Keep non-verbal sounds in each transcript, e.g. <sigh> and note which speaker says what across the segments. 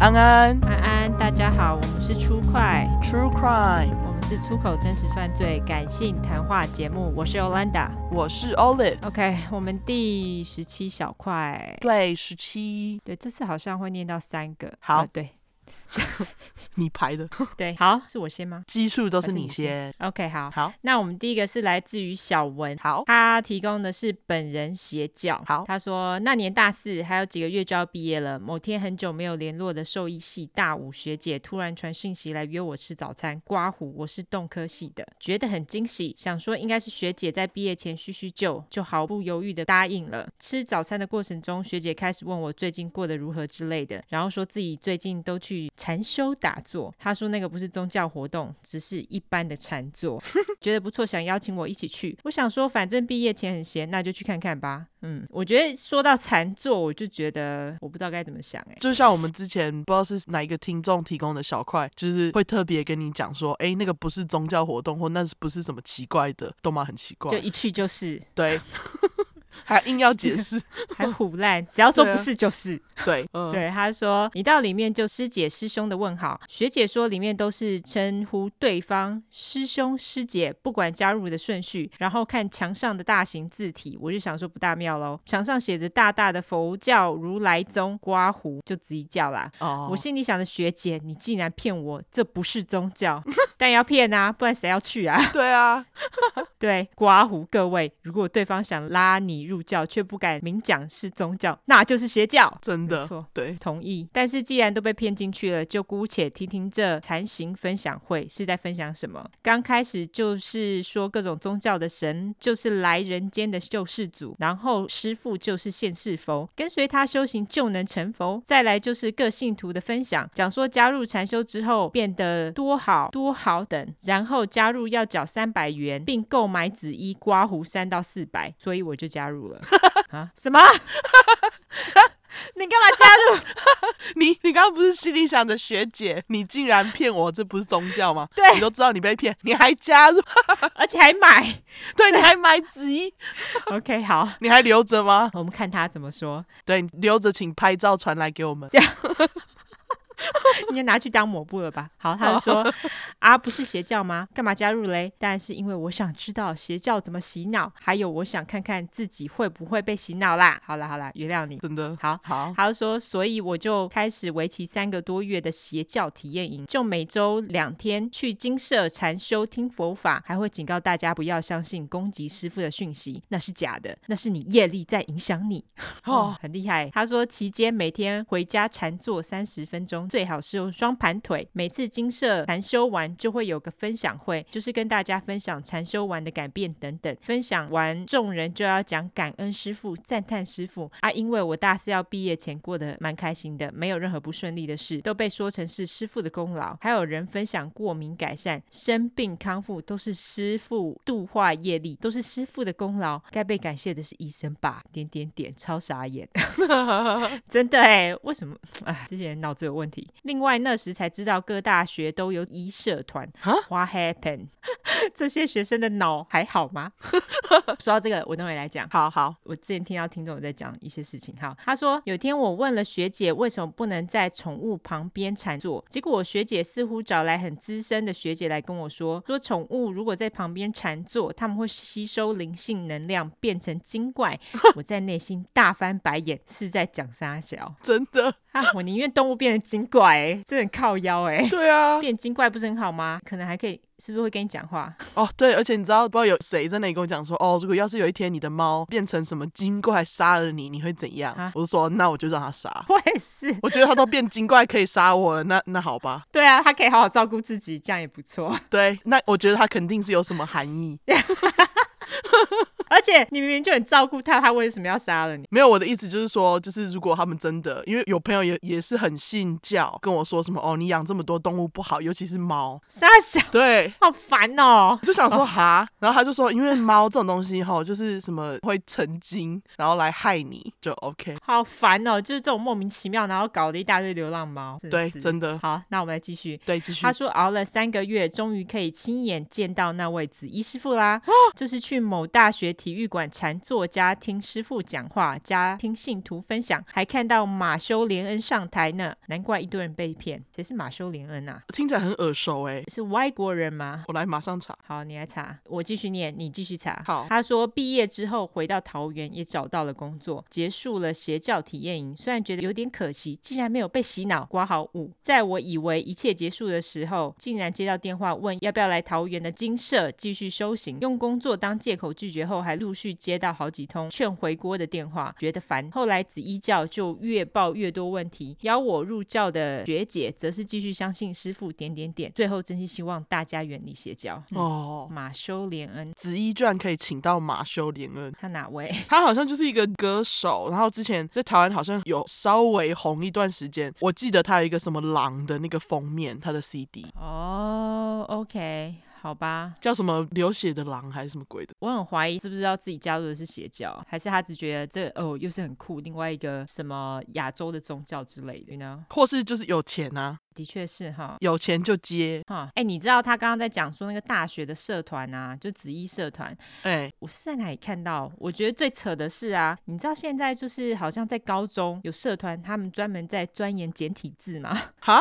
Speaker 1: 安安
Speaker 2: 安安，大家好，我们是出快，
Speaker 1: ，True Crime，
Speaker 2: 我们是出口真实犯罪感性谈话节目，我是 Olanda。
Speaker 1: 我是 Olive，
Speaker 2: OK，我们第十七小块，
Speaker 1: 对，十七，
Speaker 2: 对，这次好像会念到三个。
Speaker 1: 好
Speaker 2: 呃对
Speaker 1: 你排的
Speaker 2: 对，好，是我先吗
Speaker 1: 基数都
Speaker 2: 还
Speaker 1: 是
Speaker 2: 是
Speaker 1: 你
Speaker 2: 你
Speaker 1: 先。
Speaker 2: ？OK，好。
Speaker 1: 好，
Speaker 2: 那我们第一个是来自于小文，
Speaker 1: 好，
Speaker 2: 他提供的是本人邪教。
Speaker 1: 好
Speaker 2: 他说那年大四，还有几个月就要毕业了。某天很久没有联络的兽医系大五学姐突然传讯息来约我吃早餐，刮胡，我是动科系的，觉得很惊喜，想说应该是学姐在毕业前叙叙旧，就毫不犹豫的答应了。吃早餐的过程中，学姐开始问我最近过得如何之类的，然后说自己最近都去禅修打坐。她说那个不是宗教活动，只是一般的禅坐。觉得不错，想邀请我一起去。我想说，反正毕业前很闲，那就去看看吧。嗯，我觉得说到禅坐，我就觉得我不知道该怎么想哎、
Speaker 1: 就像我们之前不知道是哪一个听众提供的小块，就是会特别跟你讲说，哎，那个不是宗教活动，或那是不是什么奇怪的动漫，很奇怪
Speaker 2: 就，一去就是， <laughs>
Speaker 1: 对，还硬要解释，
Speaker 2: 还胡烂，只要说
Speaker 1: 对啊
Speaker 2: 不是就是。
Speaker 1: 对，嗯，
Speaker 2: <laughs> 对，他说你到里面就师姐师兄的问好，学姐说里面都是称呼对方师兄师姐，不管加入的顺序，然后看墙上的大型字体，我就想说不大妙喽，墙上写着大大的佛教如来宗刮胡，就直接叫啦。
Speaker 1: 哦，
Speaker 2: 我心里想着学姐，你竟然骗我，这不是宗教， <laughs> 但要骗啊，不然谁要去啊？ <laughs>
Speaker 1: 对啊，
Speaker 2: 对，刮胡各位，如果对方想拉你入教，却不敢明讲是宗教，那就是邪教。
Speaker 1: 真
Speaker 2: 没
Speaker 1: 的
Speaker 2: 错，
Speaker 1: 对，
Speaker 2: 同意，但是既然都被骗进去了，就姑且听听这禅行分享会是在分享什么。刚开始就是说各种宗教的神就是来人间的救世主，然后师父就是现世佛，跟随他修行就能成佛。再来就是各信徒的分享，讲说加入禅修之后变得多好多好等，然后加入要缴三百元，并购买紫衣刮胡三到四百，所以我就加入了。 <laughs> 啊？什么？你干嘛加入？
Speaker 1: 你你刚刚不是心里想着学姐，你竟然骗我，这不是宗教吗？
Speaker 2: 对
Speaker 1: 你都知道你被骗，你还加入，
Speaker 2: 而且还买。
Speaker 1: 对，你还买紫衣，
Speaker 2: OK，好，
Speaker 1: 你还留着吗？
Speaker 2: 我们看他怎么说，
Speaker 1: 对，你留着请拍照传来给我
Speaker 2: <laughs>
Speaker 1: 们。
Speaker 2: 应该拿去当抹布了吧？好，他就说啊，不是邪教吗？干嘛加入嘞？当然是因为我想知道邪教怎么洗脑，还有我想看看自己会不会被洗脑啦。好啦好啦，原谅你。
Speaker 1: 真的
Speaker 2: 好，
Speaker 1: 好，
Speaker 2: 他就说，所以我就开始为期三个多月的邪教体验营，就每周两天去金舍禅修听佛法，还会警告大家不要相信攻击师傅的讯息，那是假的，那是你业力在影响你。哦
Speaker 1: 哦，，
Speaker 2: 很厉害。他说期间每天回家禅坐三十分钟，最好是用双盘腿。每次金舍禅修完就会有个分享会，就是跟大家分享禅修完的改变等等。分享完，众人就要讲感恩师傅、赞叹师傅啊。因为我大四要毕业前过得蛮开心的，没有任何不顺利的事，都被说成是师傅的功劳。还有人分享过敏改善、生病康复，都是师傅度化业力，都是师傅的功劳。该被感谢的是医生吧？点点点，超傻眼。真的哎，为什么？哎，这些人脑子有问题。另外，那时才知道各大学都有医社团
Speaker 1: 啊。
Speaker 2: What happened？这 <laughs> 些学生的脑还好吗？说到这个，我等会来讲。
Speaker 1: 好好，
Speaker 2: 我之前听到听众有在讲一些事情哈，他说有天我问了学姐为什么不能在宠物旁边禅坐，结果我学姐似乎找来很资深的学姐来跟我说，说宠物如果在旁边禅坐，他们会吸收灵性能量变成精怪。我在内心大翻白眼，是在讲啥小
Speaker 1: 真
Speaker 2: <laughs>
Speaker 1: 的，
Speaker 2: 啊？我宁愿动物变成精怪、欸，这很靠腰哎、
Speaker 1: 对啊，
Speaker 2: 变精怪不是很好吗？可能还可以，是不是会跟你讲话？ <laughs>
Speaker 1: 哦对，而且你知道不知道有谁在那里跟我讲说，哦，如果要是有一天你的猫变成什么精怪杀了你，你会怎样
Speaker 2: 啊？
Speaker 1: 我就说那我就让它杀，
Speaker 2: 我也是，
Speaker 1: 我觉得它都变精怪可以杀我了，那那好吧，
Speaker 2: 对啊，它可以好好照顾自己，这样也不错。
Speaker 1: 对，那我觉得它肯定是有什么含
Speaker 2: <laughs>
Speaker 1: 义。
Speaker 2: 而且你明明就很照顾他，他为什么要杀了你？
Speaker 1: 没有，我的意思就是说，就是如果他们真的，因为有朋友也也是很信教，跟我说什么哦，你养这么多动物不好，尤其是猫，
Speaker 2: 杀小，
Speaker 1: 对，
Speaker 2: 好烦哦！
Speaker 1: 我就想说哈，然后他就说，因为猫这种东西哈，就是什么会成精，然后来害你，就 OK。
Speaker 2: 好烦哦！就是这种莫名其妙，然后搞了一大堆流浪猫。
Speaker 1: 对，
Speaker 2: 是
Speaker 1: 真的，
Speaker 2: 好，那我们来继续。
Speaker 1: 对，继续
Speaker 2: 他。说熬了
Speaker 1: 哦
Speaker 2: 三个月，终于可以亲眼见到那位紫衣师傅啦。就是去某大学体育馆禅坐加听师傅讲话加听信徒分享，还看到马修·连恩上台呢，难怪一堆人被骗。谁是马修·连恩啊？
Speaker 1: 听起来很耳熟哎、
Speaker 2: 是外国人吗？
Speaker 1: 我来马上查。
Speaker 2: 好，你来查，我继续念，你继续查。
Speaker 1: 好
Speaker 2: 他说毕业之后回到桃园，也找到了工作，结束了邪教体验营。虽然觉得有点可惜，竟然没有被洗脑，挂好五。在我以为一切结束的时候，竟然接到电话问要不要来桃园的金舍继续修行，用工作当借口拒绝后，还陆续接到好几通劝回锅的电话，觉得烦。后来子一教就越爆越多问题，邀我入教的学姐则是继续相信师傅点点点。最后真心希望大家远离邪教。
Speaker 1: 哦，
Speaker 2: 马修·连恩，
Speaker 1: 子衣居然可以请到马修·连恩，
Speaker 2: 他哪位？ <laughs>
Speaker 1: 他好像就是一个歌手，然后之前在台湾好像有稍微红一段时间。我记得他有一个什么狼的那个封面，他的 CD
Speaker 2: 哦、o k 好吧，
Speaker 1: 叫什么流血的狼还是什么鬼的，
Speaker 2: 我很怀疑是不是要自己加入的是邪教，还是他只觉得这哦又是很酷，另外一个什么亚洲的宗教之类的呢？
Speaker 1: 或是就是有钱啊，
Speaker 2: 的确是哈。
Speaker 1: 有钱就接，
Speaker 2: 哈，哎、你知道他刚刚在讲说那个大学的社团啊，就紫衣社团，
Speaker 1: 哎、
Speaker 2: 我是在哪里看到？我觉得最扯的是啊，你知道现在就是好像在高中有社团，他们专门在钻研简体字吗？
Speaker 1: 哈，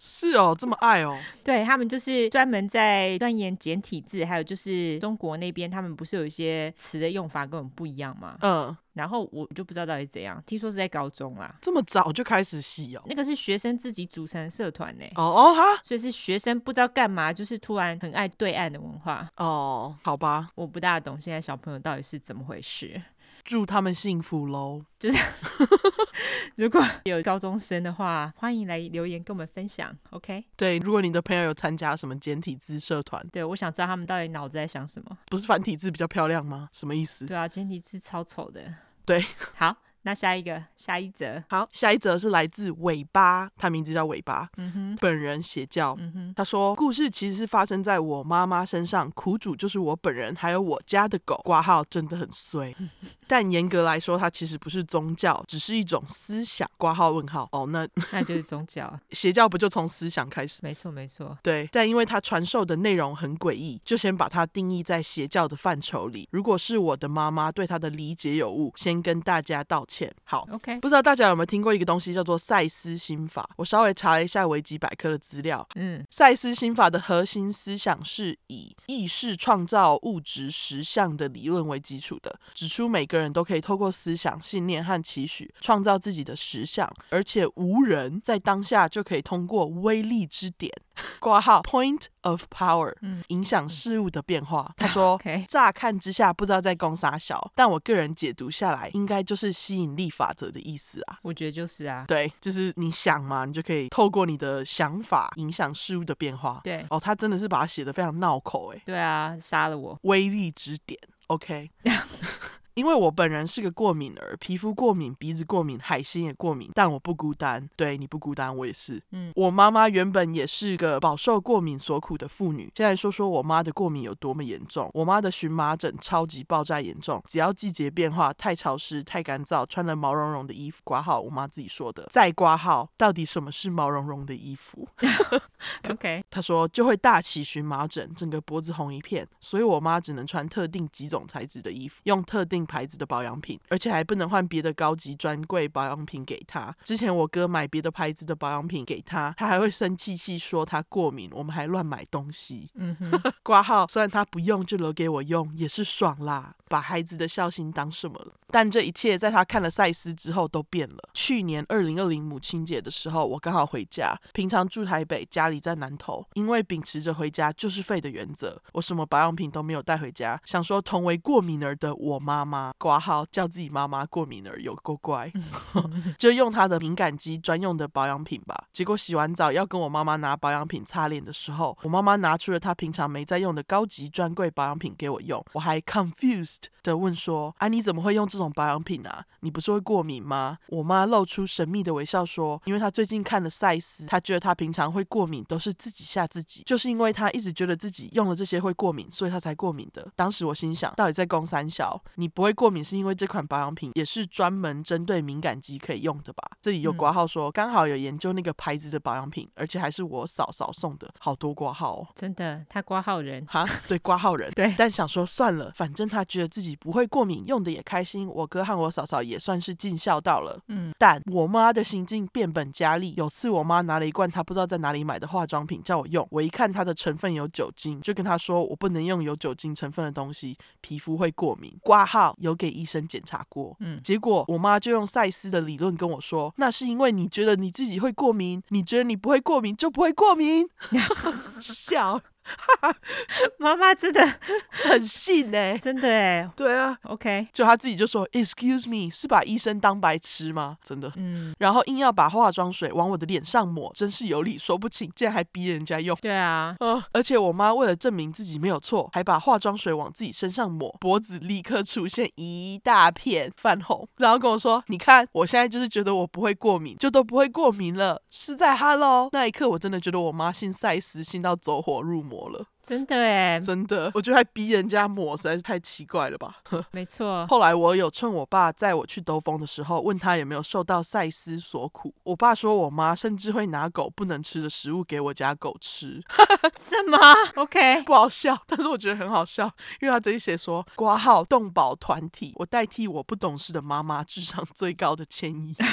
Speaker 1: 是哦，这么爱哦，
Speaker 2: 对他们就是专门在钻研简体字，还有就是中国那边他们不是有一些词的用法跟我们不一样吗？
Speaker 1: 嗯，
Speaker 2: 然后我就不知道到底怎样，听说是在高中啦，
Speaker 1: 这么早就开始洗哦，
Speaker 2: 那个是学生自己组成的社团呢、
Speaker 1: 哦哦哈，
Speaker 2: 所以是学生不知道干嘛，就是突然很爱对岸的文化。
Speaker 1: 哦，好吧，
Speaker 2: 我不大懂现在小朋友到底是怎么回事。
Speaker 1: 祝他们幸福喽。
Speaker 2: <laughs> 如果有高中生的话，欢迎来留言跟我们分享，OK？
Speaker 1: 对，如果你的朋友有参加什么简体字社团，
Speaker 2: 对，我想知道他们到底脑子在想什么。
Speaker 1: 不是繁体字比较漂亮吗？什么意思？
Speaker 2: 对啊，简体字超丑的。
Speaker 1: 对，
Speaker 2: <laughs> 好，那下一个，下一则。
Speaker 1: 好，下一则是来自尾巴，他名字叫尾巴，
Speaker 2: 嗯哼，
Speaker 1: 本人邪教。
Speaker 2: 嗯哼。
Speaker 1: 他说，故事其实是发生在我妈妈身上，苦主就是我本人，还有我家的狗。挂号真的很
Speaker 2: <laughs>
Speaker 1: 衰，但严格来说，它其实不是宗教，只是一种思想。挂号问号哦，那 <laughs>
Speaker 2: 那就是宗教，
Speaker 1: 邪教不就从思想开始？
Speaker 2: 没错没错。
Speaker 1: 对，但因为它传授的内容很诡异，就先把它定义在邪教的范畴里。如果是我的妈妈对它的理解有误，先跟大家道歉。好，
Speaker 2: OK，
Speaker 1: 不知道大家有没有听过一个东西叫做赛斯心法？我稍微查了一下维基百科的资料，
Speaker 2: 嗯，
Speaker 1: 赛斯心法的核心思想是以意识创造物质实相的理论为基础的，指出每个人都可以透过思想、信念和期许创造自己的实相，而且无人在当下就可以通过威力之点 <laughs> （挂号 Point of Power）
Speaker 2: 嗯
Speaker 1: 影响事物的变化。
Speaker 2: <laughs>
Speaker 1: 他说
Speaker 2: OK
Speaker 1: 乍看之下不知道在攻啥小，但我个人解读下来，应该就是吸引力法则的意思啊。
Speaker 2: 我觉得就是啊，
Speaker 1: 对，就是你想嘛，你就可以透过你的想法影响事物的变化。
Speaker 2: 对
Speaker 1: 哦，他真的是把它写的非常闹口诶，
Speaker 2: 对啊，杀了我，
Speaker 1: 威力之点。OK，因为我本人是个过敏儿，皮肤过敏、鼻子过敏、海鲜也过敏，但我不孤单。对你不孤单，我也是。
Speaker 2: 嗯，
Speaker 1: 我妈妈原本也是个饱受过敏所苦的妇女。现在说说我妈的过敏有多么严重。我妈的荨麻疹超级爆炸严重，只要季节变化、太潮湿、太干燥，穿了毛茸茸的衣服挂号，我妈自己说的。再挂号，到底什么是毛茸茸的衣服？
Speaker 2: OK，
Speaker 1: 她说就会大起荨麻疹，整个脖子红一片，所以我妈只能穿特定几种材质的衣服，用特定牌子的保养品，而且还不能换别的高级专柜保养品给她。之前我哥买别的牌子的保养品给她，她还会生气气说她过敏，我们还乱买东西。
Speaker 2: 嗯哼，
Speaker 1: 挂号，虽然他不用就留给我用，也是爽啦。把孩子的孝心当什么了？但这一切在他看了赛斯之后都变了。去年二零二零母亲节的时候，我刚好回家，平常住台北，家里在南投。因为秉持着回家就是废的原则，我什么保养品都没有带回家。想说同为过敏儿的我妈妈，挂号叫自己妈妈过敏儿有够乖。就用她的敏感肌专用的保养品吧。结果洗完澡要跟我妈妈拿保养品擦脸的时候，我妈妈拿出了她平常没在用的高级专柜保养品给我用，我还 confused 的问说：“啊，你怎么会用这种保养品啊？你不是会过敏吗？”我妈露出神秘的微笑说：“因为她最近看了赛斯，她觉得她平常会过敏都是自己吓自己，就是因为她一直觉得自己用了这些会过敏，所以她才过敏的。”当时我心想，到底在攻三小？你不会过敏是因为这款保养品也是专门针对敏感肌可以用的吧？这里有挂号说，刚好有研究那个牌子的保养品，而且还是我嫂嫂送的，好多挂号哦。
Speaker 2: 真的，他挂号人，
Speaker 1: 哈，对，挂号人
Speaker 2: 对
Speaker 1: 但想说算了，反正他觉得自己不会过敏，用的也开心。我哥和我嫂嫂也算是尽孝道了。
Speaker 2: 嗯，
Speaker 1: 但我妈的行径变本加厉。有次我妈拿了一罐她不知道在哪里买的化妆品叫我用，我一看它的成分有酒精，就跟她说我不能用有酒精成分的东西，皮肤会过敏。挂号有给医生检查过，
Speaker 2: 嗯
Speaker 1: 结果我妈就用赛斯的理论跟我说，那是因为你觉得你自己会过敏，你觉得你不会过敏就不会过
Speaker 2: <laughs>
Speaker 1: 敏，笑
Speaker 2: 妈妈真的
Speaker 1: 很信欸呢、
Speaker 2: 真的哎
Speaker 1: 对啊，
Speaker 2: ，OK，
Speaker 1: 就他自己就说：“Excuse me，是把医生当白痴吗？真的。
Speaker 2: 嗯，”
Speaker 1: 然后硬要把化妆水往我的脸上抹，真是有理说不清，竟然还逼人家用。
Speaker 2: 对啊，
Speaker 1: 呃，而且我妈为了证明自己没有错，还把化妆水往自己身上抹，脖子立刻出现一大片泛红，然后跟我说：“你看，我现在就是觉得我不会过敏，就都不会过敏了。”是在 Hello 那一刻，我真的觉得我妈信赛斯信到走火入魔了，
Speaker 2: 真的哎，
Speaker 1: 真的，我觉得还逼人家抹，实在是太奇怪了吧。
Speaker 2: 没错，
Speaker 1: 后来我有趁我爸载我去兜风的时候，问他有没有受到赛斯所苦。我爸说我妈甚至会拿狗不能吃的食物给我家狗吃， <laughs>
Speaker 2: 什么？OK，
Speaker 1: 不好笑，但是我觉得很好笑，因为他这里写说挂号动保团体，我代替我不懂事的妈妈智商最高的歉意。 <laughs>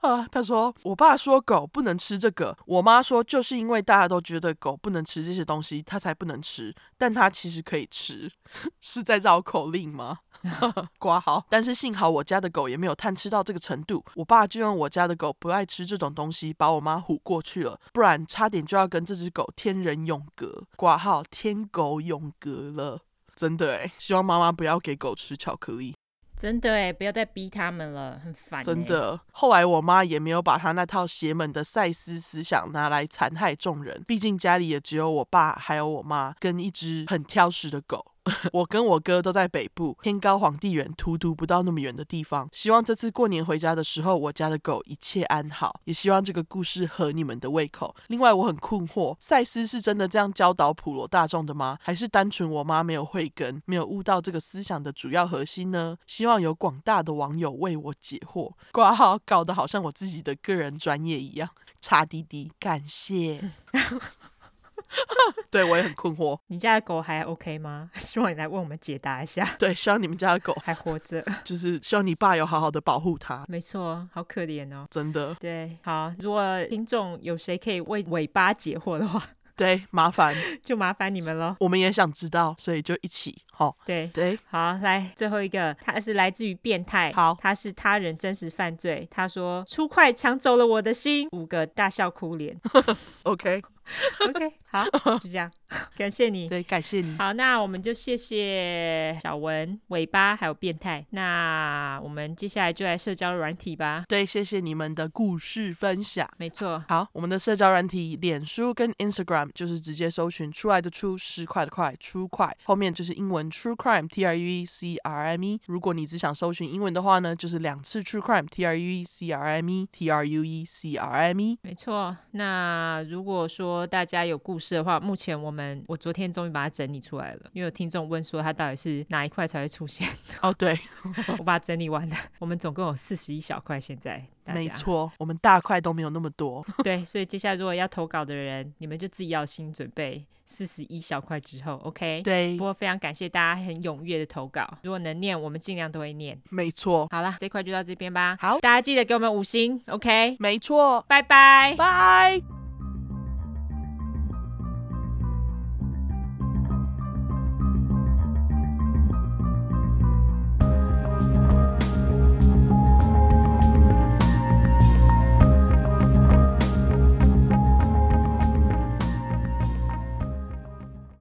Speaker 1: 啊，他说我爸说狗不能吃这个，我妈说就是因为大家都觉得狗不能吃这些东西，它才不能吃，但它其实可以吃， <laughs> 是在绕口令吗？挂号。但是幸好我家的狗也没有贪吃到这个程度，我爸就用我家的狗不爱吃这种东西把我妈唬过去了，不然差点就要跟这只狗天人永隔，挂号天狗永隔了。真的哎，希望妈妈不要给狗吃巧克力。
Speaker 2: 真的哎，不要再逼他们了，很烦欸。
Speaker 1: 真的，后来我妈也没有把她那套邪门的赛斯思想拿来残害众人，毕竟家里也只有我爸还有我妈跟一只很挑食的狗。我跟我哥都在北部，天高皇帝远，荼毒不到那么远的地方。希望这次过年回家的时候，我家的狗一切安好。也希望这个故事合你们的胃口。另外，我很困惑，赛斯是真的这样教导普罗大众的吗？还是单纯我妈没有慧根，没有悟到这个思想的主要核心呢？希望有广大的网友为我解惑。挂号搞得好像我自己的个人专业一样，差滴滴，感谢。 <laughs> 对我也很困惑。
Speaker 2: 你家的狗还 OK 吗？ <laughs> 希望你来为我们解答一下，
Speaker 1: 对，希望你们家的狗
Speaker 2: 还活着。
Speaker 1: 就是希望你爸有好好的保护它，
Speaker 2: 没错，好可怜哦。
Speaker 1: 真的。
Speaker 2: 对，好，如果听众有谁可以为尾巴解惑的话， <laughs>
Speaker 1: 对，麻烦
Speaker 2: 就麻烦你们喽。
Speaker 1: 我们也想知道，所以就一起哦。
Speaker 2: 对。
Speaker 1: 对，
Speaker 2: 好，来最后一个，他是来自于变态，
Speaker 1: 好
Speaker 2: 他是他人真实犯罪。他说出快抢走了我的心， <laughs> 五个大笑哭脸。 <laughs>
Speaker 1: ，OK，
Speaker 2: OK，好， <laughs> 就这样，感谢你。
Speaker 1: 对，感谢你，
Speaker 2: 好，那我们就谢谢小文、尾巴还有变态。那我们接下来就来社交软体吧。
Speaker 1: 对，谢谢你们的故事分享。
Speaker 2: 没错，
Speaker 1: 好，我们的社交软体脸书跟 Instagram 就是直接搜寻出来的出，十块的块，出块，后面就是英文 True Crime T R U E C R M E。如果你只想搜寻英文的话呢，就是两次 True Crime T R U E C R M E T R U E C R M E。
Speaker 2: 没错。那如果说大家有故事的话，目前我们我昨天终于把它整理出来了，因为有听众问说它到底是哪一块才会出现， <laughs>
Speaker 1: 哦，对，
Speaker 2: 我把它整理完了。我们总共有四十一小块，现在大家
Speaker 1: 没，错，我们大块都没有那么多。
Speaker 2: 对，所以接下来如果要投稿的人，你们就自己要心准备四十一小块之后，OK？。
Speaker 1: 对
Speaker 2: 不，过非常感谢大家很踊跃的投稿，如果能念，我们尽量都会念。
Speaker 1: 没错，
Speaker 2: 好啦，这块就到这边吧。
Speaker 1: 好
Speaker 2: 大家记得给我们五星，OK？
Speaker 1: 没错，
Speaker 2: 拜拜。
Speaker 1: 拜。